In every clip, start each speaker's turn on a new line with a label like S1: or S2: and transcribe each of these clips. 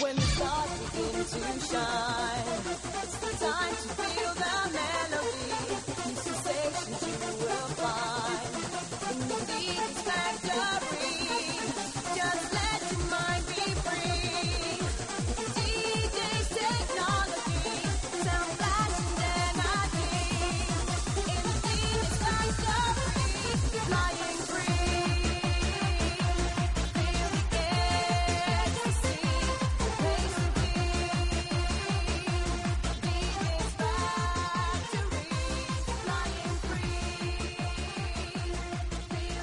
S1: When the stars begin to shine, it's the time to feel the melody. New sensations you will find in the Beatles Factory. Just let your mind be free. DJ's technology, sound flash and energy. In the Beatles Factory, flying free. Feel the ecstasy,
S2: Bueno,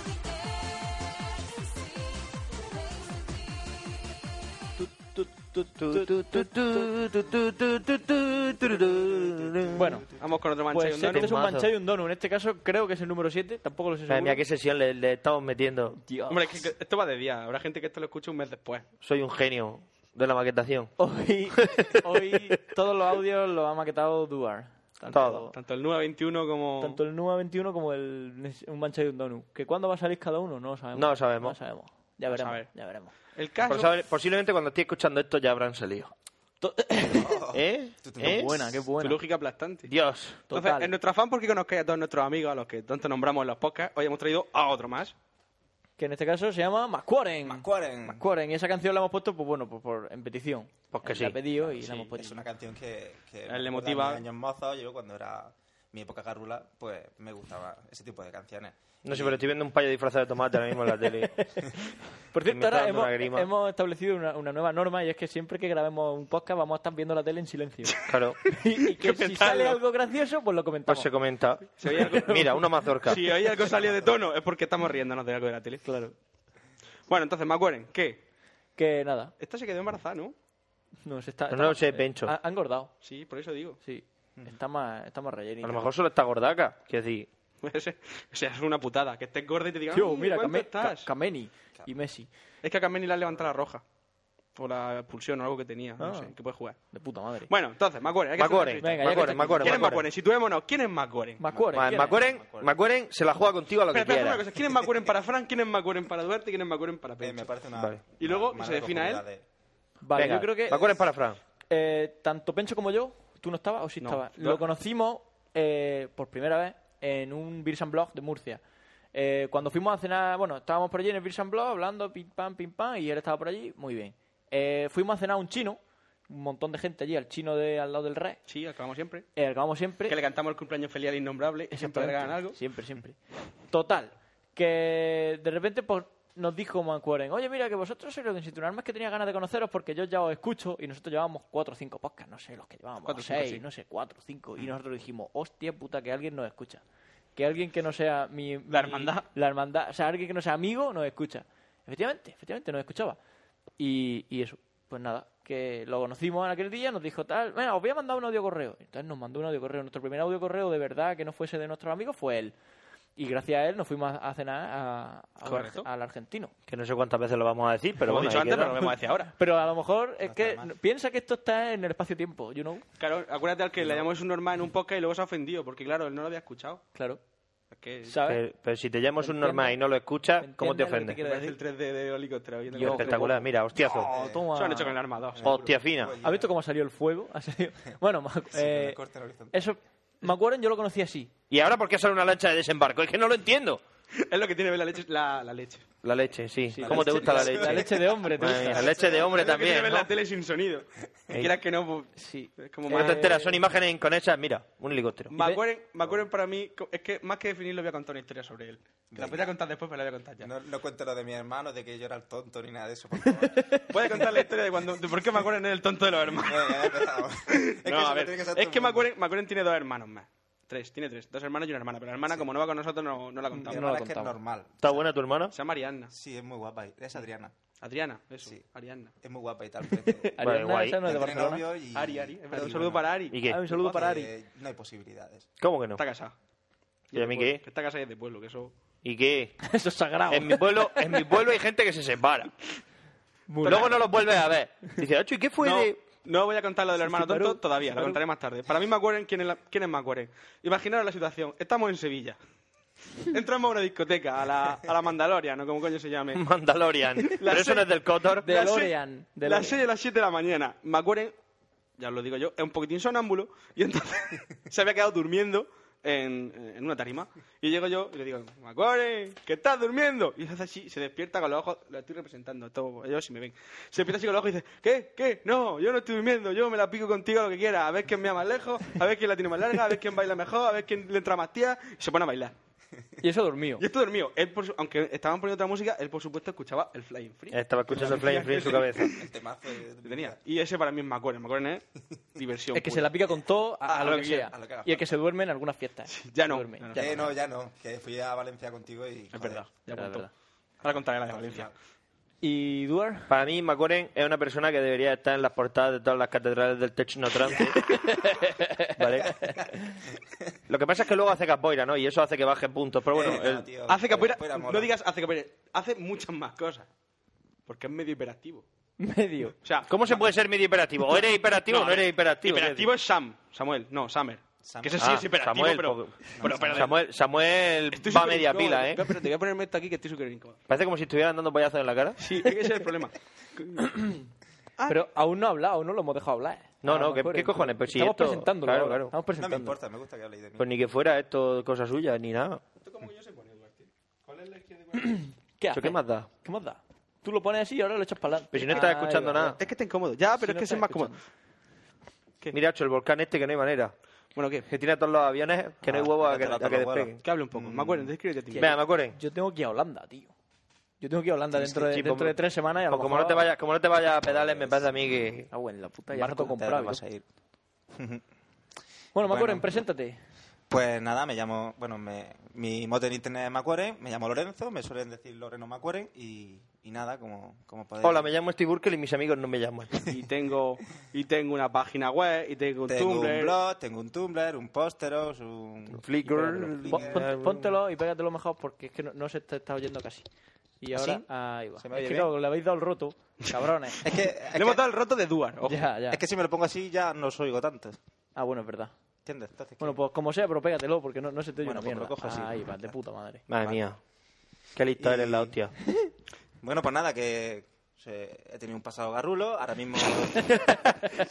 S3: Bueno,
S2: vamos con otro mancha y
S3: pues
S2: un
S3: este
S2: donut.
S3: es un
S4: Temazo.
S3: mancha y un donut. En este caso creo que es el número 7. Tampoco lo sé
S4: Madre
S3: seguro.
S4: mía, qué sesión le, le estamos metiendo.
S3: Dios.
S2: Hombre, es que esto va de día. Habrá gente que esto lo escuche un mes después.
S4: Soy un genio de la maquetación.
S3: Hoy, hoy todos los audios los ha maquetado Duar. Tanto,
S4: Todo.
S2: Tanto el 921 como...
S3: tanto el NUA 21 como el un mancha y un donut. ¿Que cuándo va a salir cada uno? No lo sabemos.
S4: No lo sabemos.
S3: sabemos. Ya
S2: No
S3: veremos.
S2: sabe.
S3: Ya veremos.
S2: El caso...
S3: Pues
S4: Por saber- posiblemente cuando esté escuchando esto ya habrán salido.
S3: To-
S4: ¿Eh?
S3: Qué
S4: ¿Eh?
S3: buena, qué
S2: Tu
S3: buena.
S2: lógica aplastante.
S4: Dios.
S2: Entonces,
S3: Total.
S2: en nuestro afán porque conozcáis a todos nuestros amigos, a los que tanto nombramos en los podcasts, hoy hemos traído a otro más.
S3: Que en este caso se llama McQuaren.
S5: McQuarren.
S3: McQuaren. Y esa canción la hemos puesto, pues bueno, pues por, en petición.
S4: Porque
S3: Él La
S4: Pues sí.
S3: ha pedido y
S5: Sí,
S3: la hemos puesto.
S5: Es una canción que, que
S2: Él le
S5: me acuerda
S2: motiva.
S5: a mis años mozos, yo cuando era mi época carrula, pues me gustaba ese tipo de canciones.
S4: No sé, pero estoy viendo un payo disfrazado de tomate ahora mismo en la tele.
S3: Por
S4: Me
S3: cierto,
S4: está
S3: ahora
S4: dando
S3: hemos,
S4: una grima.
S3: hemos establecido una, una nueva norma y es que siempre que grabemos un podcast vamos a estar viendo la tele en silencio.
S4: Claro.
S3: y, y que si
S2: Comentadlo.
S3: sale algo gracioso, pues lo
S4: Pues
S3: comentamos.
S4: se comenta.
S2: Si oye algo-
S4: Mira, una mazorca.
S2: Si hoy algo salió de tono es porque estamos riéndonos de algo de la tele. Claro. Bueno, entonces, McWaren, ¿qué?
S3: Que nada,
S2: Esta se quedó embarazada, ¿no?
S3: no se está.
S4: Pues
S3: está
S4: No lo
S3: más-
S4: sé, Pencho.
S3: Ha, ha engordado,
S2: Sí, por eso digo.
S3: sí. Está más, está más rellenito.
S4: A lo mejor solo está gordaca. Quiero decir,
S2: Ese- o sea, es una putada. Que estés gorda y te digan,
S3: Tío,
S2: "Ay,
S3: mira,
S2: ¿cuánto
S3: Came-
S2: estás?
S3: Ca- Cameni y Messi.
S2: Es que a Carmen le han levantado la roja. Por la expulsión o algo que tenía. No
S3: Ah.
S2: sé, que puede jugar.
S3: De puta madre.
S2: Bueno, entonces, McWaren. hay que hacer una
S4: Macoren,
S2: entrevista.
S3: Venga, ya que
S4: Macoren,
S3: está-
S4: Macoren,
S2: ¿Quién es
S4: Macoren.
S2: McWaren? Situémonos, ¿quién es McWaren?
S3: McQuaren.
S4: Ma-
S3: ¿quién es?
S4: Macoren, Macoren se la juega contigo a lo
S2: Espera,
S4: que
S2: espera, una
S4: quiera.
S2: cosa. ¿Quién es McWaren para Fran? ¿Quién es McWaren para Duarte? ¿Quién es McWaren para
S5: Eh,
S2: Pedro?
S5: me parece una.
S4: Vale.
S2: Y luego
S5: una
S2: se defina él.
S5: manera de-
S3: Vale,
S4: Venga,
S3: yo creo que.
S4: Macoren para Fran.
S3: eh, tanto Pencho como yo, tú no estabas o sí
S2: No.
S3: estabas.
S2: Yo-
S3: Lo conocimos eh, por primera vez en un Beers and Blog de Murcia. Eh, cuando fuimos a cenar, bueno, estábamos por allí en el Beers and Blog hablando, pim pam, pim pam, y él estaba por allí, muy bien. Eh, fuimos a cenar a un chino, un montón de gente allí, al chino de al lado del rey,
S2: Sí, acabamos siempre.
S3: el que vamos siempre.
S2: Que le cantamos el cumpleaños feliz al innombrable y siempre le regalan algo.
S3: Siempre, siempre. Total, que de repente pues, nos dijo Mancueren, oye, mira, que vosotros sois los de Instituto Armas que tenía ganas de conoceros porque yo ya os escucho y nosotros llevábamos cuatro o cinco podcasts, no sé, los que llevábamos,
S2: Cuatro,
S3: o
S2: cinco,
S3: seis,
S2: sí.
S3: no sé, cuatro o cinco. Y nosotros dijimos, hostia puta, que alguien nos escucha. Que alguien que no sea mi... mi-
S2: hermandad.
S3: La hermandad, o sea, alguien que no sea amigo nos escucha. Efectivamente, efectivamente, nos escuchaba. Y, y eso, pues nada, que lo conocimos en aquel día, nos dijo tal, bueno, os voy a mandar un audio correo. Entonces nos mandó un audio correo. Nuestro primer audio correo de verdad que no fuese de nuestros amigos fue él. Y gracias a él nos fuimos a a cenar a- a-
S2: Correcto.
S3: al argentino.
S4: Que no sé cuántas veces lo vamos a decir,
S2: Pero
S4: pero
S2: lo hemos
S4: bueno,
S2: dicho
S4: ahí
S2: antes, pero lo
S4: queda.
S2: vemos hacia ahora.
S3: Pero a lo mejor es
S5: está
S3: que
S5: mal.
S3: piensa que esto está en el espacio-tiempo, you know,
S2: Claro, acuérdate al que le llamamos un normal en un podcast y luego se ha ofendido, porque claro, él no lo había escuchado.
S3: claro,
S2: Es que
S3: ¿sabes?
S4: Pero- Pero si te llamas un
S3: Entiendo.
S4: normal y no lo escuchas, ¿cómo
S3: Entiendo
S4: te
S3: lo que
S4: ofendes?
S3: quiero
S2: me parece el 3D de helicóptero. viendo
S3: Yo-
S2: cómo-
S4: Espectacular, mira, hostiazo.
S3: Oh, toma.
S2: Se lo han hecho con el arma 2.
S4: Hostia fina.
S5: Pues
S3: ¿Has visto cómo ha salido el fuego? Ha salido- Bueno, ma- eh,
S5: el corte horizontal.
S3: eso, McWarren yo lo conocí así.
S4: ¿Y ahora por qué sale una lancha de desembarco? Es que no lo entiendo.
S2: Es lo que tiene la leche. La, la leche.
S4: La leche, sí. ¿Cómo
S3: La
S4: te gusta la leche?
S3: La leche de hombre, te
S4: Madre
S3: gusta.
S4: mía, la leche de hombre
S2: Es lo que tiene
S4: también.
S2: ver
S4: ¿no?
S2: la tele sin sonido. Que quieras que no. pues,
S3: Sí.
S2: Es como
S4: No
S2: más.
S4: te
S3: Eh,
S4: enteras, son imágenes con esas. Mira, un helicóptero.
S2: Me acuerdo- me
S5: Oh.
S2: acuerdo para mí, co- es que más que definirlo, voy a contar una historia sobre él. Que La voy a contar después, pero la voy a contar ya.
S5: No, no cuento lo de mi hermano, de que yo era el tonto ni nada de eso, por favor.
S2: Voy a contar la historia de, cuando, de por qué McGuaren es el tonto de los hermanos.
S5: Venga, ya empezamos.
S2: no,
S5: Es eso
S2: a
S5: lo
S2: ver,
S5: tiene que saber
S2: es
S5: todo
S2: que
S5: el mundo.
S2: McGuaren, tiene dos hermanos más. Tres, tiene tres. Dos hermanos y una hermana. Pero la hermana, como no va con nosotros, no, no la
S5: Mi
S2: contamos.
S3: No. lo
S5: hermana es que es
S3: contamos.
S5: normal.
S4: ¿Está buena tu hermana?
S2: Se llama Arianna.
S5: Sí, es muy guapa. y- Es Adriana.
S2: Adriana, eso.
S5: Sí.
S2: Arianna.
S5: Es muy guapa y tal. pero es que-
S4: Vale,
S3: Ariana,
S4: guay.
S3: esa no es de
S5: tiene
S3: Barcelona.
S5: novio y-
S2: Ari, Ari. Es verdad,
S5: y
S2: un saludo
S5: bueno,
S2: para Ari.
S4: ¿Y qué?
S3: Ah, un saludo para Ari.
S5: eh, no hay posibilidades.
S4: ¿Cómo que no?
S2: Está casada.
S4: ¿Y a mí
S2: Que
S4: qué?
S2: Está casada y es de pueblo, que eso...
S4: ¿Y qué?
S3: Eso es sagrado.
S4: En mi pueblo, en mi pueblo hay gente que se separa. Luego no los vuelves a ver. Dice, "Acho, ¿y qué fue
S2: No,
S4: de...?
S2: no voy a contar lo del hermano
S3: Subaru,
S2: tonto todavía, lo
S3: Subaru.
S2: contaré más tarde. Para mí McWarren, ¿quién es, la- quién es McWarren? Imaginaros la situación. Estamos en Sevilla. Entramos a una discoteca, a la, a la Mandaloria, ¿no? Como coño se llame.
S4: Mandalorian. Pero
S2: La
S4: eso no
S2: se-
S4: es del Cotor.
S3: De-
S2: Las
S3: DeLorean,
S2: seis-
S3: DeLorean.
S2: Las 6 de las 7 de la mañana. McWarren, ya os lo digo yo, es un poquitín sonámbulo y entonces se había quedado durmiendo en, en una tarima. Y llego yo y le digo, McWarren, que estás durmiendo. Y hace así, se despierta con los ojos, lo estoy representando, todo, ellos si me ven. Se despierta así con los ojos y dice, ¿qué? ¿Qué? No, yo no estoy durmiendo, yo me la pico contigo lo que quiera, a ver quién me va más lejos, a ver quién la tiene más larga, a ver quién baila mejor, a ver quién le entra más tía. Y se pone a bailar.
S3: Y eso dormido.
S2: Y esto dormido. Él, por su- aunque estaban poniendo otra música, él por supuesto escuchaba el Flying Free.
S4: Estaba escuchando Flying Free en su cabeza.
S5: El temazo de-
S2: que tenía. Y ese para mí es McCorren. McCorren es diversión.
S3: El que
S2: pura.
S3: se la pica con todo a,
S2: A
S3: a lo
S2: lo
S3: que
S2: que-
S3: sea.
S5: a lo que haga
S3: y el
S5: falta.
S3: que se duerme en algunas fiestas.
S2: ya no,
S3: Duerme,
S2: ya no.
S3: ya
S5: Eh, no, ya no. Que fui a Valencia contigo y...
S2: Es verdad. Ya
S3: Verdad,
S2: contó.
S3: verdad.
S2: Ahora contaré la de Valencia.
S3: ¿Y Duar?
S4: Para mí, McCoren es una persona que debería estar en las portadas de todas las catedrales del techno trance. ¿Vale? Lo que pasa es que luego hace capoeira, ¿no? Y eso hace que baje puntos. Pero bueno,
S5: Eh, no,
S4: el-
S5: tío,
S2: Hace capoeira.
S5: capoeira mola.
S2: No digas hace capoeira. Hace muchas más cosas. Porque es medio hiperactivo.
S3: Medio.
S2: O sea,
S4: ¿cómo se puede ser medio hiperactivo? ¿O eres hiperactivo o
S2: a
S4: no
S2: ver,
S4: eres hiperactivo?
S2: Hiperactivo es Sam. Samuel. No, Summer.
S5: Sam-
S2: Que ese sí
S4: Ah,
S2: es hiperactivo,
S4: Samuel,
S2: pero.
S4: porque-
S2: pero, pero-
S4: Samuel, Samuel
S2: estoy
S4: va a
S2: súper
S4: media
S2: incómodo.
S4: pila, ¿eh?
S2: Espera, espera, te voy a ponerme esto aquí que estoy súper incómodo.
S4: Parece como si estuvieran dando pollazos en la cara.
S2: Sí, es que ese es el problema. Ah.
S3: Pero aún no ha hablado, aún no lo hemos dejado hablar.
S4: No,
S3: Ah,
S4: no, ¿qué-
S3: mejor,
S4: qué
S3: eh.
S4: cojones? Pero si
S3: Estamos
S4: esto-
S3: presentando.
S4: claro, claro.
S3: Estamos
S5: No me
S3: presentando.
S5: importa, me gusta que habléis de mí.
S4: Pues ni que fuera esto cosa suya, ni nada.
S3: ¿Qué,
S4: Eso,
S3: haces?
S4: ¿Qué más da?
S3: ¿Qué más da? Tú lo pones así y ahora lo echas para adelante.
S4: Pero si no estás escuchando nada.
S2: Es que está incómodo. Ya, pero
S3: Si
S2: es que ese
S3: no
S2: es más
S3: estás
S2: cómodo. ¿Qué?
S4: Mira, hecho el volcán este que no hay manera.
S2: Bueno, ¿qué?
S4: Que tira todos los aviones, que no hay
S5: Ah,
S4: huevos a
S5: ya
S4: que,
S5: te la
S4: a que
S5: toco, bueno.
S4: despeguen.
S2: Que hable un poco. Me acuerdo, descríbete a ti.
S4: Venga, McCoren.
S3: Yo tengo que ir a Holanda, tío. Yo tengo que ir a Holanda dentro de,
S4: Sí,
S3: dentro
S4: pues,
S3: de tres semanas y a lo
S4: pues como
S3: mejor-
S4: no te vayas como no te vayas a pedales me parece a mí que
S3: Ah, bueno, la puta,
S5: En
S3: ya
S5: barco
S3: todo comprado.
S5: te vas
S3: yo.
S5: a ir.
S3: Bueno, Macoren,
S5: Bueno.
S3: preséntate.
S5: Pues nada, me llamo... Bueno, me, mi mote en internet es Macuaren, me llamo Lorenzo, me suelen decir Loreno Macuaren y, y nada, como, como podéis...
S4: hola me llamo Steve Burkel y mis amigos no me llaman
S2: y tengo y tengo una página web y tengo un
S5: Tengo
S2: Tumblr
S5: un blog, tengo un Tumblr, un Pósteros, un...
S4: Flickr
S3: Pon- pon- póntelo y pégatelo mejor porque es que no, no se te está oyendo casi. Y
S5: ¿Ah,
S3: ahora,
S5: sí?
S3: ahí va.
S5: ¿Se me oye
S3: es que
S5: bien?
S3: claro, le habéis dado el roto, cabrones.
S5: Es que, es
S2: Le
S5: que-
S2: hemos dado el roto de Duar. ojo.
S3: ya, ya.
S5: es que si me lo pongo así ya no os oigo tanto,
S3: Ah, bueno, es verdad.
S5: ¿entiendes? Entonces,
S3: Bueno, pues como sea, pero pégatelo porque no, no se te oye
S5: Bueno,
S3: una
S5: pues me
S3: mierda.
S5: lo cojo así.
S3: Ah, ahí va, de puta madre.
S4: madre mía qué listo
S5: Y-
S4: eres la hostia
S5: Bueno, pues nada, que se- he tenido un pasado garrulo, ahora mismo...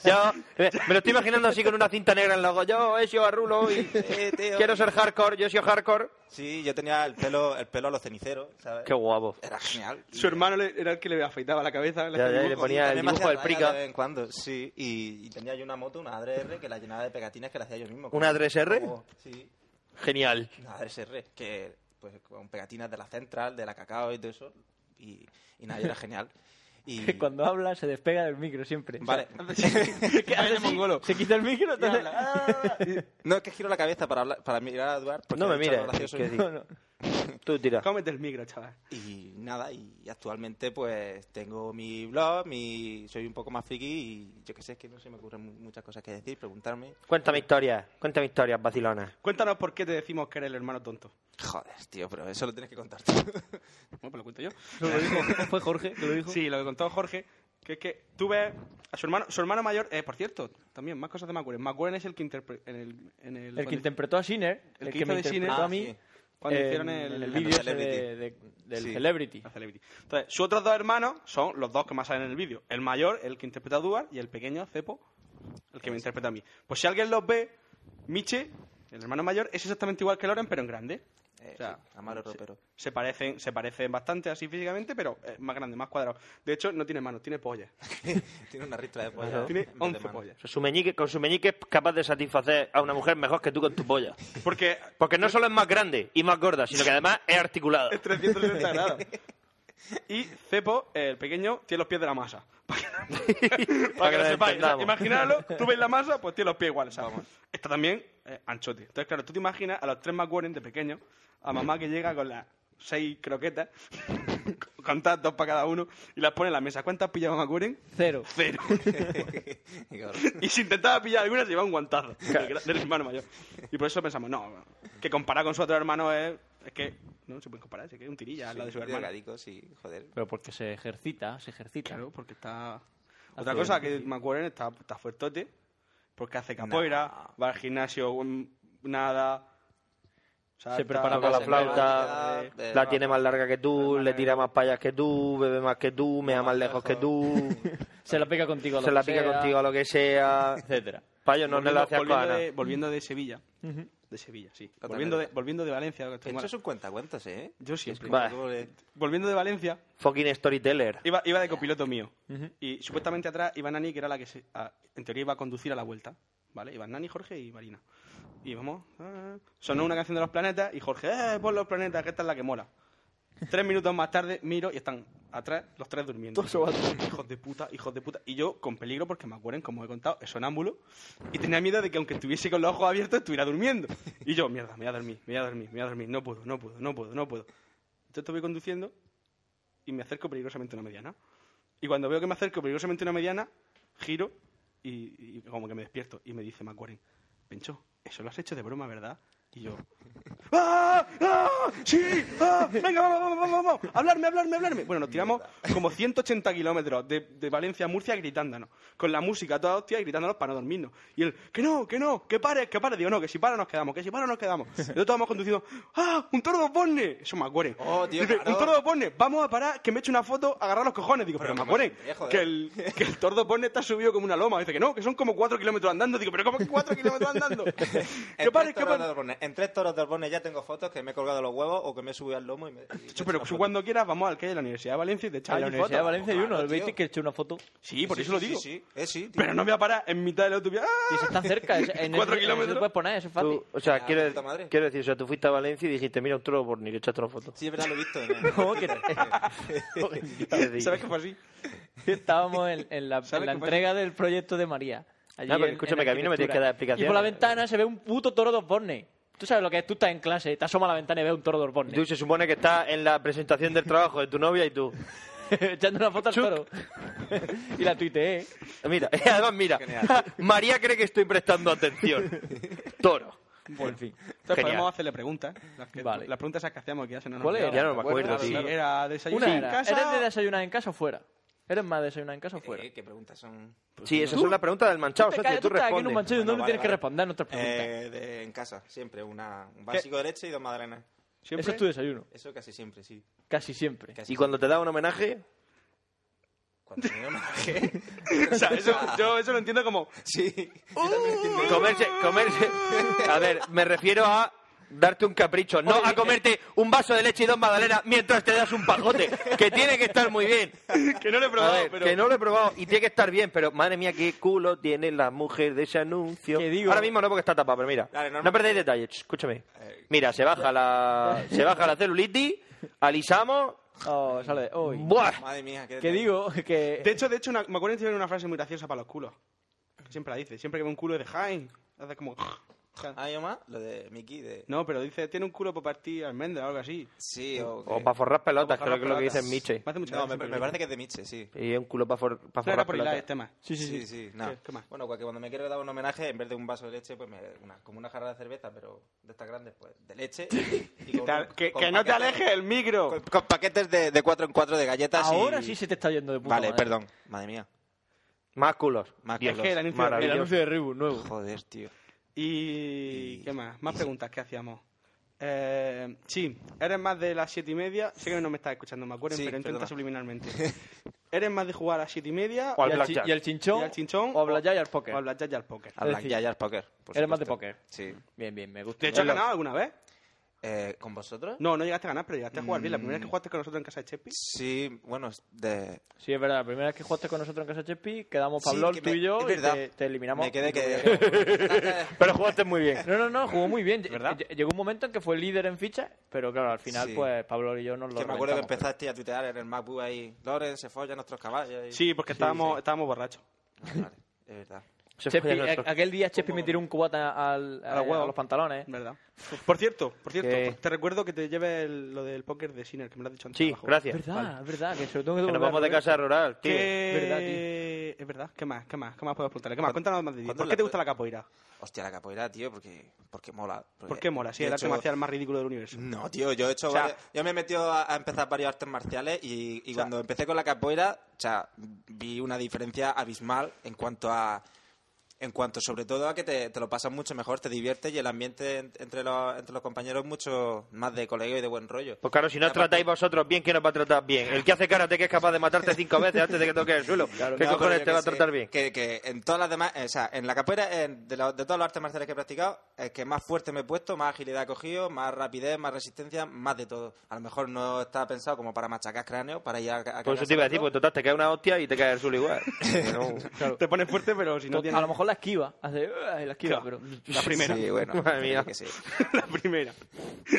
S4: yo me me lo estoy imaginando así con una cinta negra en la go- yo he sido arrulo y
S5: Eh, tío.
S4: quiero ser hardcore yo he sido hardcore
S5: Sí, yo tenía el pelo, el pelo a los ceniceros, ¿sabes?
S4: qué guapo
S5: Era genial.
S2: Su hermano le- era el que le afeitaba la cabeza.
S4: Ya,
S2: hacía
S4: ya, y le
S2: dibujos.
S4: ponía- el
S5: También me
S4: dibujo
S5: hacía
S4: del
S5: raya
S4: Prica.
S5: De vez en cuando, sí. Y, y tenía yo una moto, una ADR, que la llenaba de pegatinas que la hacía yo mismo.
S4: ¿Una 3R?
S5: Como- sí,
S4: genial
S5: una ADR, que pues con pegatinas de la Central, de la Cacao y todo eso. Y, y nada, y era genial. Y,
S3: Cuando habla se despega del micro siempre.
S5: Vale.
S2: Que vaya mongolo.
S3: Se quita el micro, entonces...
S5: Ah. no, es que giro la cabeza para, hablar- para mirar a Eduard. porque
S4: no me
S5: es un chaval
S4: mires
S5: gracioso
S4: es que
S5: y-
S3: No, no.
S4: sí. tú tira
S2: Cómete el micro, chaval.
S5: Y nada, y actualmente pues tengo mi blog, mi soy un poco más friki y yo que sé, es que no se me ocurren mu- muchas cosas que decir, preguntarme.
S4: cuéntame historias cuéntame historias vacilonas
S2: Cuéntanos por qué te decimos que eres el hermano tonto.
S5: Joder, tío, pero eso lo tienes que contar tú.
S2: Bueno, pues lo cuento yo.
S3: Lo dijo, fue Jorge que lo dijo.
S2: Sí, lo que contó Jorge, que es que tú ves a su hermano, su hermano mayor, eh, por cierto, también más cosas de McGuren. McGuren es el que interpretó en el, en el,
S3: El que
S2: cuando-
S3: interpretó a Sinner,
S2: el
S3: el, que,
S2: que hizo
S3: me
S2: de
S3: interpretó
S2: Sinner.
S3: a
S5: Ah,
S3: mí, eh,
S5: sí.
S2: cuando
S3: en-
S2: hicieron el,
S3: en
S2: el
S3: vídeo ese
S5: Celebrity.
S3: de- de- del
S5: Sí. Ah.
S3: Celebrity.
S2: La Celebrity. Entonces, sus otros dos hermanos son los dos que más salen en el vídeo. El mayor, el que interpreta a Duar, y el pequeño, Cepo, el que me interpreta a mí. Pues si alguien los ve, Miche, el hermano mayor, es exactamente igual que Loren, pero en grande.
S5: Eh,
S2: O sea,
S5: sí, Amaro Ropero.
S2: Se parecen, se parecen bastante así físicamente, pero es más grande, más cuadrado. De hecho, no tiene manos, tiene pollas.
S5: Tiene una ristra de pollas.
S2: Tiene
S5: en vez de
S2: 11
S5: manos.
S2: pollas.
S4: O sea, su meñique- con su meñique es capaz de satisfacer a una mujer mejor que tú con tu polla
S2: Porque
S4: Porque no solo es más grande y más gorda, sino que además es articulada.
S2: es 360 grados. Y Cepo, el pequeño, tiene los pies de la masa. Para que no Para que lo
S4: lo
S2: sepáis.
S4: entendamos.
S2: imaginarlo, tú ves la masa, pues tiene los pies iguales, ¿sabes? Está también eh, anchote. Entonces, claro, tú te imaginas a los tres McWarren de pequeño, a mamá que llega con las seis croquetas, contadas dos para cada uno, y las pone en la mesa. ¿Cuántas pillaba McWarren?
S3: Cero.
S2: Cero.
S5: Claro.
S2: Y si intentaba pillar alguna, se llevaba un guantazo del, gra- del hermano mayor. Y por eso pensamos, no, que comparar con su otro hermano es, es que no se puede comparar, es que es un tirilla al lado de su
S5: Sí,
S2: hermano.
S5: delgadico, sí, joder.
S3: Pero porque se ejercita, se ejercita.
S2: Claro, porque está. Otra cosa que McWarren está, está fuertote, porque hace capoeira, va al gimnasio, um, nada. O sea,
S3: Se
S2: está-
S3: prepara
S4: Toca la
S3: se
S4: flauta,
S5: enreda, eh,
S4: la tiene más larga que tú, le tira más para allá que tú, bebe más que tú, mea más lejos que tú,
S3: Se la pica contigo a lo
S4: se la
S3: que
S4: pica
S3: sea,
S4: contigo a lo que sea.
S3: Etcétera.
S4: Payo, no, no le
S2: volviendo,
S4: hace asco a
S2: volviendo
S4: nada.
S2: de, volviendo de Sevilla. De Sevilla, sí. Volviendo de, volviendo de Valencia. que estoy
S5: Esto
S2: mal.
S5: es un cuentacuentos, ¿eh?
S2: Yo siempre.
S4: Vale.
S2: Volviendo de Valencia,
S4: Fucking storyteller.
S2: Iba, iba de copiloto mío. Y supuestamente atrás iba Nani, que era la que se- a- en teoría iba a conducir a la vuelta. ¿Vale? Iban Nani, Jorge y Marina. Y vamos. ah, sonó una canción de los planetas y Jorge, ¡eh! Por los planetas, que esta es la que mola. Tres minutos más tarde miro y están atrás los tres durmiendo. hijos de puta, hijos de puta. Y yo con peligro porque me acuerden, como he contado, es sonámbulo. Y tenía miedo de que aunque estuviese con los ojos abiertos estuviera durmiendo. Y yo, mierda, me voy a dormir, me voy a dormir, me voy a dormir. No puedo, no puedo, no puedo, no puedo. Entonces voy conduciendo y me acerco peligrosamente a una mediana. Y cuando veo que me acerco peligrosamente a una mediana, giro y, y como que me despierto. Y me dice McWarren, Pencho, eso lo has hecho de broma, ¿verdad? Y yo, ¡ah! ¡ah! ¡sí! ¡ah! ¡venga, vamos, vamos, vamos, vamos! ¡hablarme, hablarme, hablarme! Bueno, nos tiramos como 180 kilómetros de, de Valencia a Murcia gritándonos. Con la música a toda hostia y gritándonos para no dormirnos. Y él, ¡que no, que no! ¡que pare, que pare! Digo, no, que si para nos quedamos, que si para nos quedamos. Nosotros vamos conduciendo, ¡ah! ¡un toro de Osborne! Eso McWarren.
S5: Oh, tío,
S2: Dice,
S5: claro.
S2: ¡un toro de Osborne! Vamos a parar, que me eche una foto, agarrar los cojones. Digo, pero,
S5: Pero
S2: me
S5: vamos,
S2: McWarren,
S5: viejo,
S2: que
S5: ¿eh?
S2: el, que el tordo pone está subido como una loma. Dice que no, que son como cuatro kilómetros andando. Digo, pero ¿cómo que cuatro kilómetros andando?
S5: En
S2: que
S5: tres,
S2: pare, que
S5: toros de
S2: pare.
S5: Albornoz- en tres toros de Albornoz ya tengo fotos que me he colgado los huevos o que me he subido al lomo y me. y me he hecho
S2: Pero
S5: una
S2: tú
S5: foto.
S2: cuando quieras vamos al que hay de la Universidad de Valencia y te
S3: Ah,
S2: echas
S3: en la
S2: ahí
S3: Universidad de
S2: fotos.
S3: Valencia hay uno, el
S5: Claro,
S3: Betis,
S5: tío.
S3: que echó una foto.
S2: Sí, por
S5: Sí,
S2: eso
S5: sí,
S2: lo
S5: sí,
S2: digo.
S5: Sí, eh, sí. tío.
S2: Pero no me voy a parar en mitad de la autovía. ¡Ah!
S3: Y si están cerca, es- en
S2: Cuatro
S3: el,
S2: kilómetros.
S3: En el puedes poner, eso es fácil.
S4: Tú, o sea,
S5: La
S4: quiero,
S5: puta madre.
S4: quiero decir, o sea, tú fuiste a Valencia y dijiste, mira, un toro por ni le echaste una foto.
S5: Sí, es verdad, lo he visto. ¿no?
S3: ¿Cómo que no?
S4: Es decir,
S2: ¿Sabes que fue así?
S3: Estábamos en, en la,
S2: ¿Sabes
S3: en la
S2: qué pasa?
S3: entrega del proyecto de María. Allí
S4: No, porque
S3: en-
S4: escúchame,
S3: en
S4: que a mí no me tienes que dar
S3: arquitectura. Y por
S4: explicaciones.
S3: la ventana se ve un puto toro de Osborne. Tú sabes lo que es, tú estás en clase, te asomas a la ventana y ves un toro de Osborne.
S4: Tú se supone que estás en la presentación del trabajo de tu novia y tú.
S3: Echando una foto al toro. y la tuiteé.
S4: Mira, además, mira. María cree que estoy prestando atención. Toro.
S3: En fin.
S2: Entonces
S4: Genial.
S2: podemos hacerle preguntas. ¿eh? Las, que,
S3: Vale.
S2: las preguntas esas que hacíamos que ya se nos
S3: ¿Cuál era?
S2: olvidaron.
S4: Ya no me acuerdo,
S2: Si
S4: sí.
S2: era desayuno
S3: Una
S2: en
S3: era, ¿eres
S2: casa.
S3: de desayunar en casa o fuera? ¿Eres más de desayunar en casa o fuera?
S5: Eh, ¿Qué preguntas son?
S4: Sí, esa es la pregunta del manchado,
S3: Te
S4: socio.
S3: callas,
S4: Tú
S3: estás aquí en un
S4: respondes.
S3: manchón y no
S5: Bueno,
S3: le
S5: vale,
S3: tienes que
S5: vale.
S3: responder a nuestras preguntas.
S5: Eh, de- en casa, siempre. Una, un básico de leche y dos magdalenas.
S2: Siempre-
S3: Ese es tu desayuno.
S5: Eso casi siempre, sí.
S3: Casi siempre.
S5: Casi
S4: Y cuando te da un homenaje,
S5: Cuando me homenaje.
S2: O sea, eso, Uh. yo eso lo entiendo como...
S5: Ah, Sí.
S4: comerse, comerse. A ver, me refiero a darte un capricho, no a comerte un vaso de leche y dos magdalenas mientras te das un pajote, que tiene que estar muy bien.
S2: Que no lo he
S4: A
S2: probado,
S4: ver,
S2: pero...
S4: que no lo he probado y tiene que estar bien, pero madre mía, qué culo tiene la mujer de ese anuncio.
S3: Que digo-
S4: Ahora mismo no porque está tapada, pero mira,
S5: Dale, normal.
S4: no perdáis detalles, ch, escúchame.
S2: Eh,
S4: Mira, se baja la se baja la celulitis, alisamos,
S3: Oh, sale hoy.
S4: ¡buah!
S5: Madre mía, qué
S3: Que
S5: detalle.
S3: digo que...
S4: Eh,
S2: De hecho, de hecho, una- me acuerdo que tiene una frase muy graciosa para los culos. Que siempre la dice. Siempre que ve un culo de Jaime. Hace como...
S5: Ah, y Omar, lo de Mickey, de.
S2: No, pero dice, tiene un culo para partir almendra o algo así.
S5: Sí, o.
S4: O
S5: que-
S4: para forrar pelotas,
S2: Para
S4: creo que es lo que dice
S2: pelotas.
S4: Miche.
S2: Me hace mucha
S5: No,
S2: gracia,
S5: me, me
S2: pero-
S5: parece que es de Miche, sí.
S4: Y un culo para
S2: No,
S4: forrar
S2: era por hilar
S4: pelotas.
S2: el tema.
S3: Sí, sí, sí.
S5: no.
S2: ¿Qué más?
S5: Bueno, cua- que cuando me quiero dar un homenaje, en vez de un vaso de leche, pues me, una, como una jarra de cerveza, pero de estas grandes, pues, de leche. y con-
S2: Que,
S5: con
S2: que no te
S5: paquetes-
S2: alejes el micro.
S5: Con, con paquetes de, de cuatro en cuatro de galletas y-
S3: Ahora sí se te está yendo de puta
S5: Vale,
S3: madre.
S5: perdón. Madre mía.
S4: Más culos.
S5: Más
S2: Y es
S5: culos.
S2: que el anuncio-
S3: El
S4: Maravilloso.
S3: anuncio de Reebok nuevo.
S5: Joder, tío.
S2: Y... ¿Qué más? Más preguntas que hacíamos. Eh, sí, eres más de las siete y media. Sé que no me estás escuchando, me acuerdo,
S5: Sí,
S2: pero intenta
S5: perdona.
S2: subliminalmente. ¿Eres más de jugar a las siete y media
S4: O al
S3: y, al chi-
S4: blackjack.
S3: y al chinchón.
S2: y al chinchón?
S3: O al blackjack y al póker.
S2: o al blackjack y al póker?
S5: Hablan
S3: decir,
S5: ya, ya es póker. por
S3: eres más de
S5: supuesto.
S3: póker.
S5: Sí.
S3: Bien, bien, me gusta.
S2: ¿Te he hecho ganado alguna vez?
S5: Eh, ¿Con vosotros?
S2: No, no llegaste a ganar, pero llegaste a jugar bien. La primera
S5: Mm.
S2: vez que jugaste con nosotros en casa de Chepi.
S5: Sí, bueno, es de...
S3: Sí, es verdad. La primera vez que jugaste con nosotros en Casa Chespi, quedamos
S5: Sí,
S3: Pablo,
S5: que
S3: tú
S5: me-
S3: y yo,
S5: es
S3: y
S5: verdad.
S3: te, te eliminamos.
S5: Me quedé
S3: Y-
S5: que...
S4: Pero jugaste muy bien.
S3: No, no, no, jugó muy bien.
S2: ¿Verdad?
S3: Ll- Llegó un momento en que fue líder en ficha, pero claro, al final,
S5: Sí.
S3: pues Pablo y yo nos lo
S5: que me acuerdo que
S3: reventamos.
S5: empezaste a tuitear en el MacBook ahí. Loren se folla nuestros caballos. y-
S2: Sí, porque estábamos, estábamos borrachos.
S5: Ah, vale, es verdad.
S4: Se
S3: Chespi,
S4: follan
S3: a-
S4: otro.
S3: aquel día Chespi me tiró un cubata al, eh,
S2: A los huevos.
S3: a los pantalones.
S2: ¿Verdad? Por cierto, por cierto,
S4: Que-
S2: te recuerdo que te lleves el- lo del póker de Sinner, que me lo has dicho antes.
S4: Sí,
S2: abajo.
S4: gracias.
S3: verdad,
S4: Vale.
S3: es verdad, que se lo tengo que
S4: Que nos
S3: devolver
S4: vamos
S3: a
S4: de
S3: Roberto.
S4: casa rural, tío.
S2: Que-
S3: Verdad,
S2: Es verdad, ¿qué más? ¿Qué más? ¿Qué más puedo preguntarle? ¿Qué más? Cuéntanos más de ti.
S5: ¿Cuándo
S2: ¿Por
S5: la
S2: qué te
S5: pu-
S2: gusta la capoeira?
S5: Hostia, la capoeira, tío, porque, porque mola. Porque,
S2: ¿Por qué mola? Sí,
S5: yo
S2: el
S5: he
S2: arte
S5: Pues, hecho-
S2: marcial más ridículo del universo.
S5: No, tío, yo he hecho.
S2: O sea-
S5: varias- Yo me he metido a, a empezar varios artes marciales y, y cuando empecé con la capoeira, o sea, vi una diferencia abismal en cuanto a. En cuanto, sobre todo, a que te, te lo pasas mucho mejor, te diviertes y el ambiente en- entre, los, entre los compañeros es mucho más de colegio y de buen rollo.
S4: Pues claro, si no os tratáis vosotros bien, ¿quién os va a tratar bien? El que hace karate que es capaz de matarte cinco veces antes de que toque el suelo. ¿Qué
S5: No, pero
S4: cojones
S5: yo
S4: te
S5: que
S4: va a
S5: sé,
S4: tratar bien?
S5: Que, que en todas las demás, eh, o sea, en la capoeira, en- de, la- de todos los artes marciales que he practicado, el que más fuerte me he puesto, más agilidad he cogido, más rapidez, más resistencia, más de todo. A lo mejor no está pensado como para machacar cráneo, para ir a, a
S4: Por eso te iba a decir, pues total, te cae una hostia y te cae el suelo igual. No.
S2: Te pones fuerte, pero si no
S3: Tot-
S2: tienes
S3: A lo mejor la esquiva, hace "Uah", y la esquiva,
S2: Claro.
S3: pero
S2: pues, la primera.
S5: Sí, bueno,
S4: Madre mía.
S5: que sí.
S2: la primera.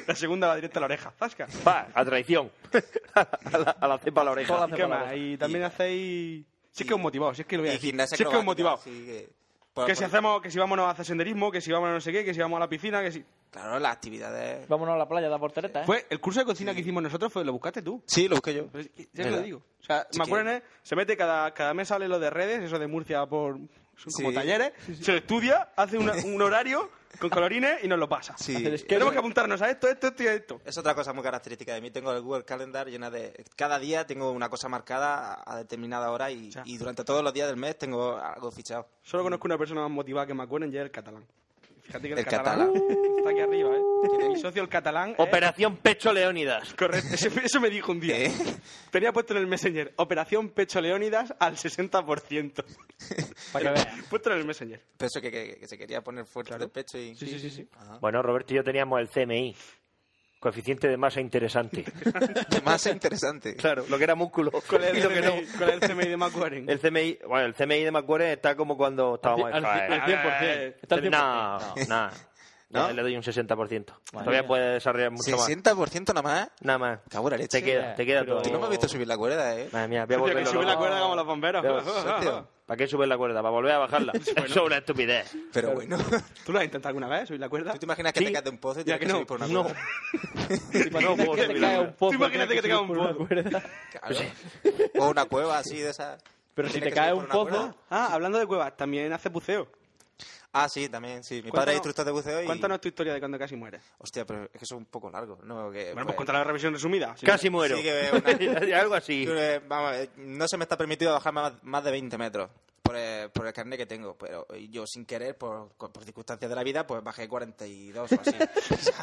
S2: La segunda va directa a la oreja. ¡Zasca!
S4: Pa, a traición. a, la, a la cepa a la
S3: Toda la
S2: ¿Y
S4: oreja.
S3: cepa
S2: qué
S3: a la
S2: más?
S3: oreja.
S2: Y también hacéis... Sí es
S5: y-
S2: que es un motivado, si es que lo voy a
S5: Y
S2: decir.
S5: gimnasia
S2: Si es que es un
S5: acrobática,
S2: motivado.
S5: así que- pues, por-
S2: Que si
S5: por-
S2: hacemos, que si vámonos a hacer senderismo, que si vámonos a no sé qué, que si vamos a la piscina, que si...
S5: Claro, las actividades.
S3: vámonos a la playa, da portereta, ¿eh?
S2: Fue el curso de cocina que hicimos nosotros, fue, lo buscaste tú.
S5: Sí, lo busqué yo.
S2: Pues, ya te
S5: Verdad.
S2: lo digo. O sea,
S5: Sí que-
S2: Macurenes se mete cada, cada mes sale lo de redes, eso de Murcia por son como
S5: Sí.
S2: talleres, se lo estudia, hace una- un horario con colorines y nos lo pasa.
S5: Sí.
S3: Hacer sketch.
S2: Tenemos que apuntarnos a esto, esto, esto y a esto.
S5: Es otra cosa muy característica de mí. Tengo el Google Calendar llena de... Cada día tengo una cosa marcada a a determinada hora y,
S2: Ya.
S5: y durante todos los días del mes tengo algo fichado.
S2: Solo conozco una persona más motivada que Macuren y es el catalán. Fíjate que el,
S5: El
S2: catalán, está aquí arriba, ¿eh? Mi socio el catalán. es-
S4: Operación Pecho Leónidas.
S2: Correcto, eso, eso me dijo un día.
S5: ¿Eh?
S2: Tenía puesto en el Messenger, Operación Pecho Leónidas al 60%.
S3: Para que veas.
S2: puesto en el Messenger.
S5: Pensó que, que, que se quería poner fuerte del pecho y...
S3: Sí, sí, sí, sí.
S4: Bueno, Roberto y yo teníamos el CMI. Coeficiente de masa interesante.
S5: Más interesante.
S4: claro, lo que era músculo.
S2: ¿Cuál es
S4: y
S2: el,
S4: lo que no.
S2: CMI, ¿Cuál es el CMI de Macuaren?
S4: El CMI, bueno, el CMI de McGuire está como cuando estábamos
S3: Al- al- al
S2: Eh,
S3: 100%. Está al 100%.
S4: No, no,
S5: ¿No?
S4: Le doy un 60%. Todavía
S3: mía.
S4: puedes desarrollar mucho más.
S5: 60% nada más.
S4: Nada más.
S5: Cago en la leche.
S4: Te queda, te queda
S3: Pero-
S5: Tú
S4: todo.
S5: no me has visto subir la cuerda, ¿eh?
S4: Madre mía, voy
S2: Hostia, que
S4: a volverlo
S2: sube la
S4: loco.
S2: cuerda como los bomberos.
S5: Hostia.
S4: ¿Para qué subes la cuerda? ¿Para volver a bajarla? Eso es una estupidez.
S5: Pero bueno. ¿Tú
S2: ¿Tú lo has intentado alguna vez, subir la cuerda?
S5: te imaginas que
S4: Sí.
S5: te caes de un pozo y
S2: Ya
S5: tienes
S2: que
S5: que,
S2: no.
S5: subir por una
S4: No.
S5: cuerda?
S4: No,
S3: Imagínate que
S4: pobre,
S3: te cae un pozo.
S2: Tú imagínate
S3: tienes
S2: que te cae un
S3: subir por una
S2: pozo.
S3: cuerda.
S5: Claro. O una cueva así de esa...
S3: Pero si te
S5: Tienes que
S3: cae
S5: subir por
S3: un
S5: una cuerda.
S3: pozo,
S2: Ah, hablando de cuevas, también hace buceo.
S5: Ah, sí, también, sí. Mi padre es
S2: Cuéntanos-
S5: instructor de buceo y... Eh,
S2: Cuéntanos tu historia de cuando casi mueres.
S5: Hostia, pero es que eso es un poco largo, ¿no? Que,
S2: Bueno, pues contar la revisión resumida. sí.
S4: Casi muero.
S5: Sí que una-
S4: Algo así.
S5: Que, eh, vamos, eh, no se me está permitido bajar más, más de 20 metros por el, por el carnet que tengo, pero yo sin querer, por, por circunstancias de la vida, pues bajé 42 o así. O sea,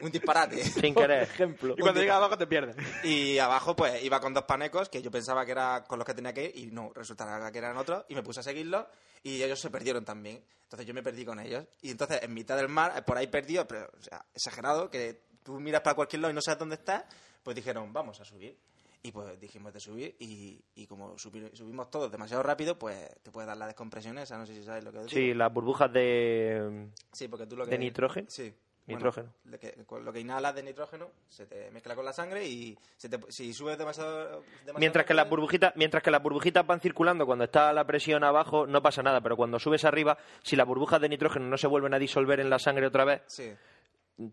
S5: un disparate.
S4: Sin querer.
S3: ejemplo.
S2: Y cuando llegas abajo te pierdes.
S5: Y abajo, pues iba con dos panecos que yo pensaba que era con los que tenía que ir, y no, resultaba que eran otros, y me puse a seguirlos, y ellos se perdieron también. Entonces yo me perdí con ellos. Y entonces en mitad del mar, eh, por ahí perdido, pero o sea, exagerado, que tú miras para cualquier lado y no sabes dónde estás, pues dijeron, vamos a subir. Y pues dijimos de subir, y, y como subi- subimos todos demasiado rápido, pues te puede dar la descompresión esa, no sé si sabes lo que digo.
S4: Sí, las burbujas de...
S5: Sí, porque tú lo que...
S4: ¿De nitrógeno?
S5: Sí.
S4: Nitrógeno.
S5: Bueno, lo, que, con lo que inhalas de nitrógeno se te mezcla con la sangre y se te- si subes demasiado... demasiado
S4: Mientras que,
S5: rápido-
S4: las burbujitas, mientras que las burbujitas van circulando cuando está la presión abajo, no pasa nada, pero cuando subes arriba, si las burbujas de nitrógeno no se vuelven a disolver en la sangre otra vez,
S5: Sí.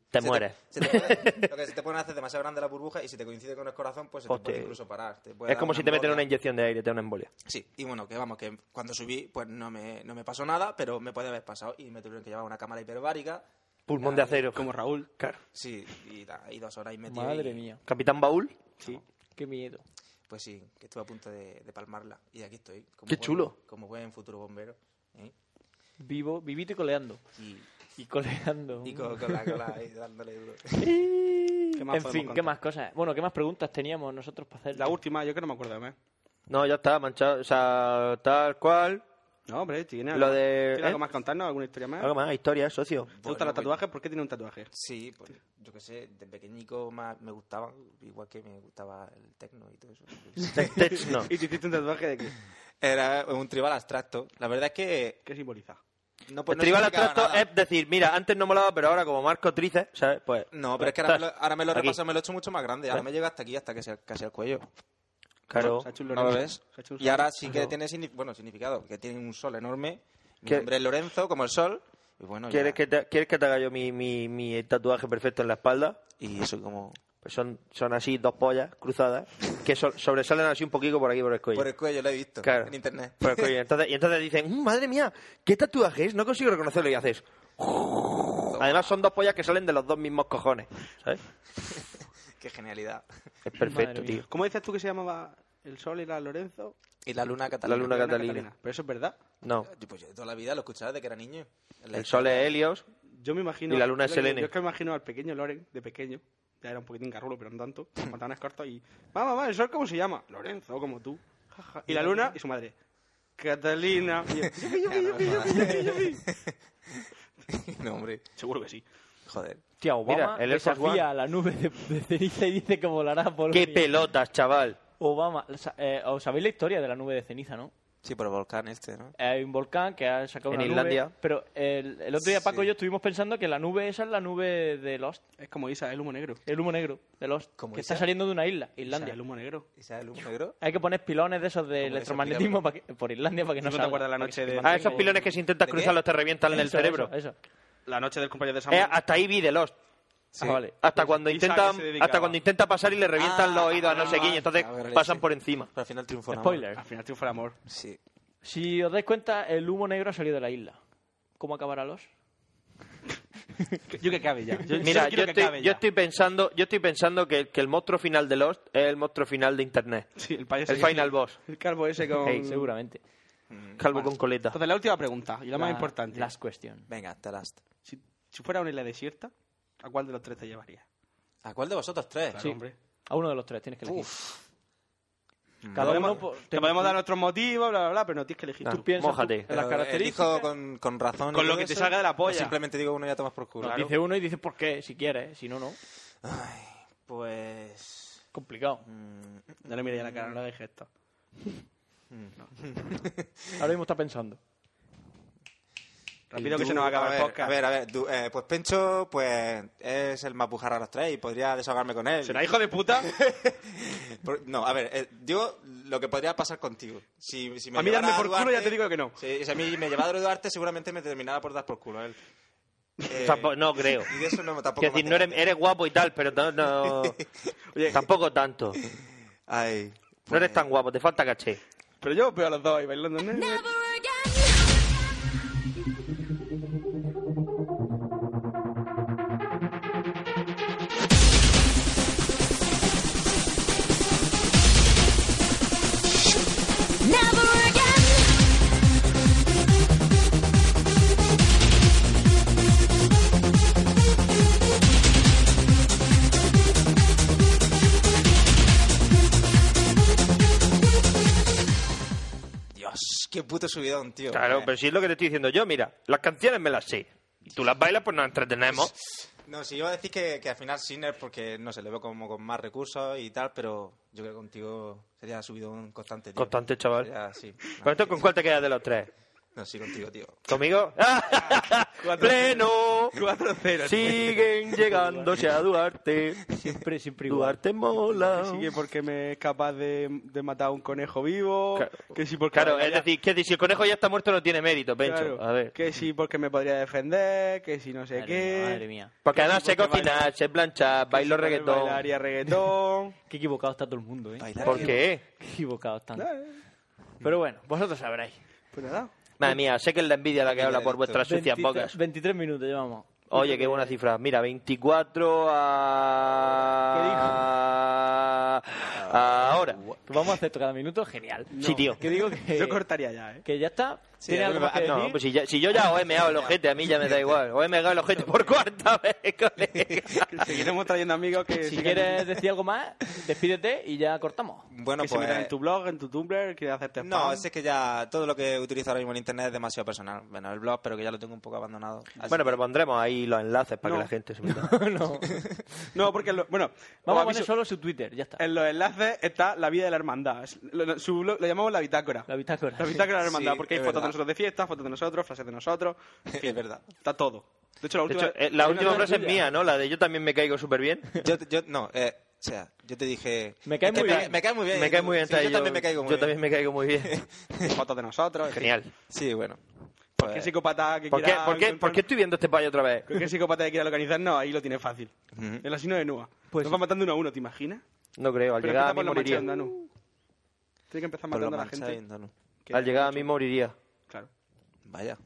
S4: te
S5: Se
S4: mueres.
S5: se te puede- lo que se te pueden hacer demasiado grande la burbuja y si te coincide con el corazón, pues se te
S4: Hostia.
S5: puede incluso parar. Te puede
S4: Es
S5: dar
S4: como si te meten una
S5: embolia.
S4: inyección de aire, te da una embolia.
S5: Sí, y bueno, que vamos, que cuando subí, pues no me, no me pasó nada, pero me puede haber pasado y me tuvieron que llevar una cámara hiperbárica.
S4: Pulmón de
S5: Ah,
S4: acero.
S2: Como Raúl.
S4: Claro.
S5: Sí, y, da- y dos horas y media.
S3: Madre
S5: y-
S3: mía,
S4: Capitán Baúl.
S2: Sí.
S3: qué miedo.
S5: Pues sí, que estuve a punto de, de palmarla. Y aquí estoy. Como
S4: Qué
S5: buen-
S4: chulo.
S5: Como buen futuro bombero. ¿eh?
S3: Vivo, vivito y coleando.
S5: Y,
S3: Y coleando.
S5: y con, con la cola ahí dándole duro.
S2: ¿Qué más
S3: en
S2: podemos
S3: fin, ¿qué
S2: contar?
S3: más cosas? Bueno, ¿qué más preguntas teníamos nosotros para hacer?
S2: La última, yo que no me acuerdo de más.
S4: No, ya está, manchado. O sea, tal cual.
S2: No, hombre, tiene,
S4: Lo
S2: algo,
S4: de-
S2: ¿tiene algo
S4: ¿eh?
S2: más que contarnos, alguna historia más.
S4: Algo más, historia, eh, socio.
S2: ¿Te gustan
S5: Bueno,
S2: los
S5: pues-
S2: tatuajes? ¿Por qué tiene un tatuaje?
S5: Sí, pues yo qué sé, de pequeñico más me gustaban, igual que me gustaba el tecno y todo eso.
S4: Tec- Techno.
S2: ¿Y te hiciste un tatuaje de qué?
S5: Era un tribal abstracto. La verdad es que
S2: ¿Qué simboliza?
S5: no pues,
S4: El
S5: no
S4: tribal
S5: significaba
S4: abstracto
S5: nada.
S4: es decir, mira, antes no molaba, pero ahora como Marco Trice, ¿sabes? Pues.
S5: No, pero es que ahora me lo, ahora me lo
S4: Aquí.
S5: repaso, me lo he hecho mucho más grande. Ahora
S4: Pues-
S5: me llega hasta aquí, hasta que se- casi al cuello.
S4: Claro.
S2: Se ha hecho un
S5: ¿No lo
S2: Lorenzo.
S5: ves?
S2: Se ha hecho un
S5: Y ahora sí que
S4: Claro.
S5: tiene signi- bueno, significado, que tiene un sol enorme. Mi
S4: ¿Qué-
S5: nombre es Lorenzo, como el sol. Y bueno,
S4: ¿Quieres
S5: ya.
S4: que, te, ¿Quieres que te haga yo mi, mi, mi tatuaje perfecto en la espalda?
S5: Y soy como...
S4: Pues son, son así dos pollas cruzadas que so- sobresalen así un poquito por aquí por el cuello.
S5: Por el cuello lo he visto
S4: Claro.
S5: en internet.
S4: Por el cuello. Pues, Entonces, y entonces dicen, "Mm, madre mía, ¿qué tatuaje es? No consigo reconocerlo y haces. Además son dos pollas que salen de los dos mismos cojones. ¿Sabes?
S5: Qué genialidad.
S4: Es perfecto,
S3: Madre mía.
S4: tío.
S2: ¿Cómo decías tú que se llamaba el sol era Lorenzo?
S5: Y la luna catalana.
S4: La luna
S2: Catalina,
S4: Catalina.
S2: Pero eso es verdad.
S4: No.
S5: Yo, Pues yo toda la vida lo escuchaba desde que era niño. En la
S4: El sol es Helios.
S2: Yo me imagino.
S4: Y la luna es
S2: yo-
S4: Selene.
S2: Yo es que me imagino al pequeño Loren, de pequeño. Ya era un poquitín carrulo, pero no tanto. con Pantalones cortos y. Mamá, mamá, ¿el sol cómo se llama? Lorenzo, como tú. Ja, ja. Y la luna y su madre. Catalina. Y yo, "Yupi, yupi, yupi, yupi, yupi, yupi".
S5: no, hombre.
S2: Seguro que sí.
S5: Joder.
S3: Hostia, Obama
S4: Mira, el Air Force
S3: desafía a la nube de, de ceniza y dice que volará por
S4: ¡Qué pelotas, chaval!
S3: Obama, sa- eh, os sabéis la historia de la nube de ceniza, ¿no?
S5: Sí, por el volcán este, ¿no?
S3: Hay un volcán que ha sacado
S4: En
S3: una
S4: Islandia.
S3: nube. Pero el, el otro día Paco y
S5: Sí.
S3: yo estuvimos pensando que la nube esa es la nube de Lost,
S2: Es como Isa, el humo negro.
S3: el humo negro de Lost,
S5: ¿Cómo
S3: que
S5: Isa?
S3: está saliendo de una isla,
S2: Islandia,
S3: Islandia.
S2: el humo negro.
S5: ¿Y sabes el humo negro?
S3: Hay que poner pilones de esos de
S5: ¿Cómo
S3: electromagnetismo
S5: desafía,
S3: pa' que- por Islandia para que no,
S2: ¿No te
S3: salga,
S2: acuerdas la
S3: para que
S2: noche
S3: se
S2: de-
S3: mantenga
S4: Ah, esos
S3: ahí.
S4: pilones que si intentas
S5: ¿De
S4: cruzarlos te revientan en el
S3: Eso,
S4: cerebro.
S3: Eso, Ah, eso.
S2: La noche del compañero de
S4: Eh,
S2: Samuel.
S4: hasta ahí vi de Lost.
S5: Sí.
S3: Ah, vale.
S4: Hasta cuando
S2: Isaac
S4: intenta,
S2: se dedicaba.
S4: hasta cuando intenta pasar y le revientan
S5: Ah,
S4: los oídos a no sé
S5: ah,
S4: quién y entonces
S5: ah, vale,
S4: pasan
S5: sí.
S4: por encima.
S5: Pero al final triunfó el amor.
S3: Spoiler.
S2: Al final triunfa el amor.
S5: Sí.
S3: Si os dais cuenta, el humo negro ha salido de la isla. ¿Cómo acabará Lost?
S2: Yo que acabe ya. Yo,
S4: Mira,
S2: solo
S4: yo
S2: quiero que
S4: estoy,
S2: acabe
S4: yo
S2: ya.
S4: estoy pensando, yo estoy pensando que, que el monstruo final de Lost es el monstruo final de internet.
S2: Sí, el payaso
S4: el
S2: ese.
S4: final boss.
S2: El calvo ese con.
S3: Hey, seguramente.
S4: Calvo con coleta.
S2: Entonces, la última pregunta y la, más
S3: La-
S2: importante.
S3: Last question.
S5: Venga, hasta last.
S2: Si, si fuera una isla desierta, ¿a cuál de los tres te llevarías?
S5: ¿A cuál de vosotros tres?
S2: Claro,
S3: Sí.
S2: hombre.
S3: A uno de los tres tienes que elegir.
S5: Mm.
S3: Cada
S2: Podemos-
S3: uno po-
S2: te podemos dar nuestros motivos, bla, bla, bla, pero no tienes que elegir
S4: Ah,
S2: tú.
S3: piensas
S4: mójate.
S3: tú en las
S5: Pero
S3: características.
S5: elijo con, con razón. y
S2: Con lo
S5: todo
S2: que te
S5: eso,
S2: salga de la polla.
S5: o simplemente digo uno y ya tomas por
S3: Nos
S5: culo.
S3: Dice uno y dice por qué, si quieres, si no, no.
S5: Ay, pues...
S3: Complicado.
S5: mm,
S2: No le mires a la cara, no le dejes esto.
S3: Ahora mismo está pensando.
S2: Rápido
S5: el
S2: que se
S5: du-
S2: nos acaba
S5: a
S2: el
S5: ver,
S2: podcast.
S5: A ver, a ver. du- eh, pues Pencho, pues es el más bujarra de los tres y podría desahogarme con él.
S2: ¿Será hijo de puta?
S5: Por- No, a ver, eh, digo lo que podría pasar contigo. Si, si me
S2: A mí darme
S5: llevara
S2: por culo
S5: Duarte-
S2: ya te digo que no.
S5: Si, si a mí me llevara Duarte, seguramente me terminara por dar por culo a él. Eh,
S4: Tampo- pues, no creo.
S5: Y de eso no, tampoco.
S4: Quiero decir,
S5: me
S4: no eres,
S5: hace
S4: eres guapo y tal, pero no, no- tampoco tanto.
S5: gracia. Ay.
S4: No eres tan guapo, te falta caché.
S2: Pero yo veo a los dos ahí bailando. Ne, ne.
S5: Dios, qué puto subidón, tío.
S4: Claro, pues-
S5: Eh,
S4: pero si es lo que te estoy diciendo yo, mira, las canciones me las sé. Y tú las bailas, pues nos entretenemos.
S5: No, si iba a decir que, que al final Sinner, porque no sé, le veo como con más recursos y tal, pero yo creo que contigo sería subidón constante, tío.
S4: Constante, chaval.
S5: Sería así. No,
S4: ¿Con esto con cuál te quedas de los tres?
S5: no, sí, contigo, tío.
S4: ¿Conmigo? ¡Pleno!
S2: 4-0.
S4: Siguen llegándose a Duarte.
S3: Siempre, siempre igual.
S4: Duarte mola.
S2: Sigue porque me es capaz de, de matar a un conejo vivo.
S4: Claro.
S2: Que sí porque
S4: Claro, es
S2: ya-
S4: decir, que si el conejo ya está muerto no tiene mérito, Pencho.
S2: claro,
S4: A ver.
S2: Que sí porque me podría defender. Que si no sé
S3: Madre
S2: qué.
S3: mía, madre mía.
S4: Porque además sé
S2: porque
S4: cocinar,
S2: baila-
S4: sé planchar,
S2: que si
S4: bailo
S2: puede
S4: reggaetón.
S2: Bailar y a reggaetón.
S3: Qué equivocado está todo el mundo, ¿eh?
S5: Bailar
S4: ¿Por
S5: que-
S4: qué?
S3: Qué equivocado están.
S2: Dale.
S3: Pero bueno, vosotros sabréis.
S2: Eh, Pues nada.
S4: Madre mía, sé que es la envidia la que habla por vuestras sucias
S3: 23
S4: bocas.
S3: 23 minutos llevamos.
S4: Oye, qué buena cifra. Mira, 24 a... Ahora.
S3: Pues Vamos a hacer esto cada minuto, genial.
S4: Sí, tío.
S3: Que digo que,
S2: Yo cortaría ya, ¿eh?
S3: que ya está.
S4: a
S3: ¿Tiene
S4: mí
S3: algo
S4: me
S3: más
S4: va-
S3: que
S4: no,
S3: decir?
S4: pues si, ya- si yo ya os he meado el ojete, a mí ya me da igual. Os he meado el ojete por cuarta vez, colega.
S2: Que Seguiremos trayendo amigos que,
S3: Ah. Si
S2: sigan-
S3: quieres decir algo más, despídete y ya cortamos.
S5: Bueno,
S2: que se metan en
S5: pues...
S2: tu blog, en tu Tumblr, que hacerte
S5: No,
S2: spam.
S5: es que ya todo lo que utilizo ahora mismo en internet es demasiado personal. Bueno, el blog, pero que ya lo tengo un poco abandonado. Así
S4: Bueno,
S5: que-
S4: pero pondremos ahí los enlaces
S2: No.
S4: para que la gente se meta.
S3: no.
S2: No, porque, lo- bueno,
S3: Vamos a
S2: os
S3: poner
S2: aviso,
S3: solo su Twitter, ya está.
S2: en los enlaces está la vida de la hermandad. Es- lo- su blog lo llamamos la bitácora.
S3: La bitácora.
S2: La bitácora de la hermandad,
S5: Sí,
S2: porque hay
S5: es
S2: fotos de
S5: verdad.
S2: nosotros de fiesta, fotos de nosotros, frases de nosotros. en fin,
S5: Es verdad.
S2: Está todo. De hecho, la
S4: De
S2: última,
S4: hecho, eh, la última
S2: una-
S4: frase es mía, ¿no? La de yo también me caigo súper bien.
S5: Yo, yo no, eh, o sea, yo te dije.
S3: Me cae
S5: es que
S3: muy bien.
S5: Me cae muy bien.
S4: Me cae muy bien.
S5: Sí,
S4: tal,
S5: yo, también me caigo
S4: yo
S5: muy bien.
S4: también me caigo muy bien.
S2: fotos de nosotros. en fin.
S4: Genial.
S5: Sí, bueno.
S2: ¿Por qué
S5: Pues-
S2: psicópata que
S4: ¿Por qué,
S2: quiera...
S4: por qué- por qué estoy viendo este payo otra vez?
S2: ¿Por qué psicópata que quiera localizarnos? Ahí lo tiene fácil. El asino de Nua.
S3: Pues-
S2: Nos va matando uno a uno, ¿te imaginas?
S4: No creo, al
S2: Pero
S4: llegar
S2: empieza
S4: a mí
S2: por la
S4: moriría.
S2: manchanda, ¿no? Tiene que empezar
S5: Por lo
S2: matando a la
S5: manchado y
S2: gente.
S5: no, no.
S2: que-
S4: Al llegar a mí moriría.
S2: Claro.
S5: Vaya.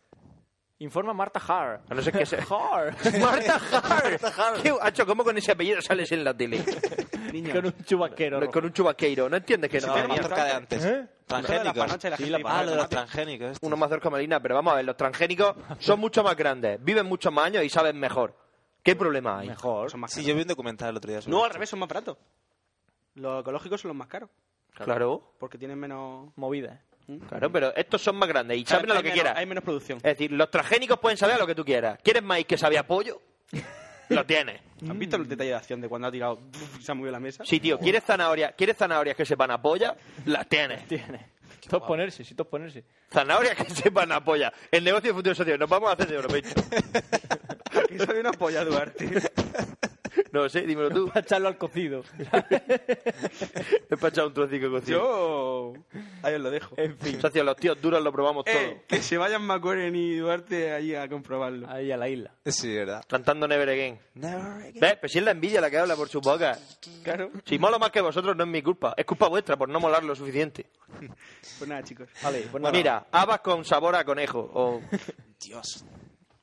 S3: Informa Marta Haar.
S4: A no ser que sea...
S3: Haar.
S4: ¡Marta Hart! ¿Qué, hacho, ¿Cómo con ese apellido sales en la tele?
S2: Niña.
S3: Con un chubasquero. rojo.
S4: con un chubasqueiro. ¿No entiendes que no?
S5: No,
S2: tiene
S5: la
S4: Madre mía.
S5: mazorca de antes.
S2: ¿eh? Lo de las
S5: Transgénicos.
S2: panochas y la
S5: Sí,
S2: gente
S5: la-
S2: que
S5: ah, lo de los
S2: mate.
S5: transgénicos. esto.
S4: Uno mazorca malina, pero vamos a ver, los transgénicos son mucho más grandes, viven mucho más años y saben mejor. ¿Qué problema hay?
S3: Mejor.
S2: pues Son más
S5: Sí,
S2: caros.
S5: yo vi un documental el otro día. sobre
S2: No, al
S5: esto.
S2: revés, son más baratos. Los ecológicos son los más caros.
S4: Claro,
S2: Porque tienen menos...
S3: Movida. ¿eh?
S4: claro, pero estos son más grandes y saben a lo
S2: Hay
S4: que Eh,
S2: menos-
S4: quieras.
S2: Hay menos producción.
S4: Es decir, los transgénicos pueden saber a lo que tú quieras. ¿Quieres maíz que sabe a pollo? Lo tienes.
S2: ¿Has visto el detalle de acción de cuando ha tirado y se ha movido la mesa?
S4: Sí, tío, ¿quieres zanahorias, ¿quieres zanahorias que sepan a polla? Las tienes.
S3: Tiene. Todos ponerse, sí, todos ponerse.
S4: Zanahorias que sepan a polla. El negocio de futuro social. Nos vamos a hacer de oro, pecho.
S2: Aquí sale una polla, Duarte.
S4: No sé, dímelo tú.
S3: Para echarlo al cocido.
S4: He pachado un trocico cocido.
S2: Yo... Ahí os lo dejo.
S3: en fin.
S4: Socio, los tíos duros lo probamos
S2: Eh,
S4: todo.
S2: que se vayan Macueren y Duarte allí a comprobarlo.
S3: Ahí a la isla.
S5: Sí, verdad.
S4: Cantando Never Again.
S5: Never again.
S4: ¿Ves? Pues si es la envidia la que habla por sus bocas.
S2: Claro.
S4: Si molo más que vosotros, no es mi culpa. Es culpa vuestra por no molar lo suficiente.
S2: Pues nada, chicos.
S4: Ah,
S3: Vale, pues nada.
S4: Mira, habas con sabor a conejo. O...
S5: Dios.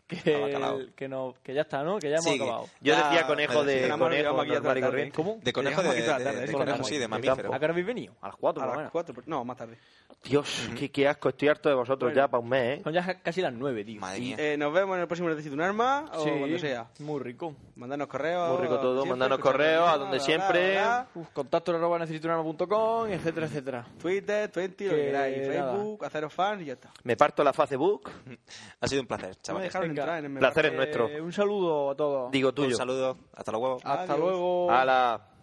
S3: que,
S5: Abacalao.
S3: el- que, no, que ya está, ¿no? Que ya hemos
S5: Sí,
S3: acabado.
S4: Yo
S5: Ya,
S2: Ah,
S4: decía conejo
S5: me
S4: de
S5: decía,
S4: conejo
S2: vamos, ya
S4: normal y
S2: tarde.
S4: corriente.
S3: ¿Cómo?
S5: De conejo
S2: Llegamos
S5: de,
S2: aquí toda la
S5: de-
S2: tarde,
S5: de
S2: ¿eh?
S5: conejo,
S2: Llegamos
S5: sí, de
S4: del
S5: mamífero.
S3: ¿A qué hora habéis venido? A las 4,
S2: A
S3: por lo
S2: las
S3: menos.
S2: 4, no, más tarde.
S4: Dios, qué, qué asco. Estoy harto de vosotros
S2: Bueno.
S4: ya para un mes, ¿eh?
S3: Son ya casi las 9, tío.
S5: Madre mía.
S2: Eh, nos vemos en el próximo Necesito un Arma o cuando sea.
S3: Muy rico.
S2: Mandarnos correos.
S4: Muy rico todo,
S2: siempre,
S4: mandarnos
S2: escuchar
S4: correos,
S2: programa,
S4: a donde
S2: bla,
S4: siempre.
S2: bla, bla.
S3: Uf, contacto arroba necesitunarma.com, etcétera, etcétera.
S2: Twitter, Twenty, lo
S3: Que
S2: que queráis.
S3: nada.
S2: Facebook, haceros fans y ya está.
S4: Me parto la Facebook.
S5: Ha sido un placer,
S2: No me
S5: chavales.
S2: dejaron
S3: venga.
S2: entrar en el
S4: Placer es
S2: mensaje.
S4: nuestro.
S3: Eh, un saludo a todos.
S5: Pues
S4: Digo tuyo.
S5: Un saludo. Hasta luego.
S3: Hasta
S2: Adiós.
S3: luego.
S4: Ala.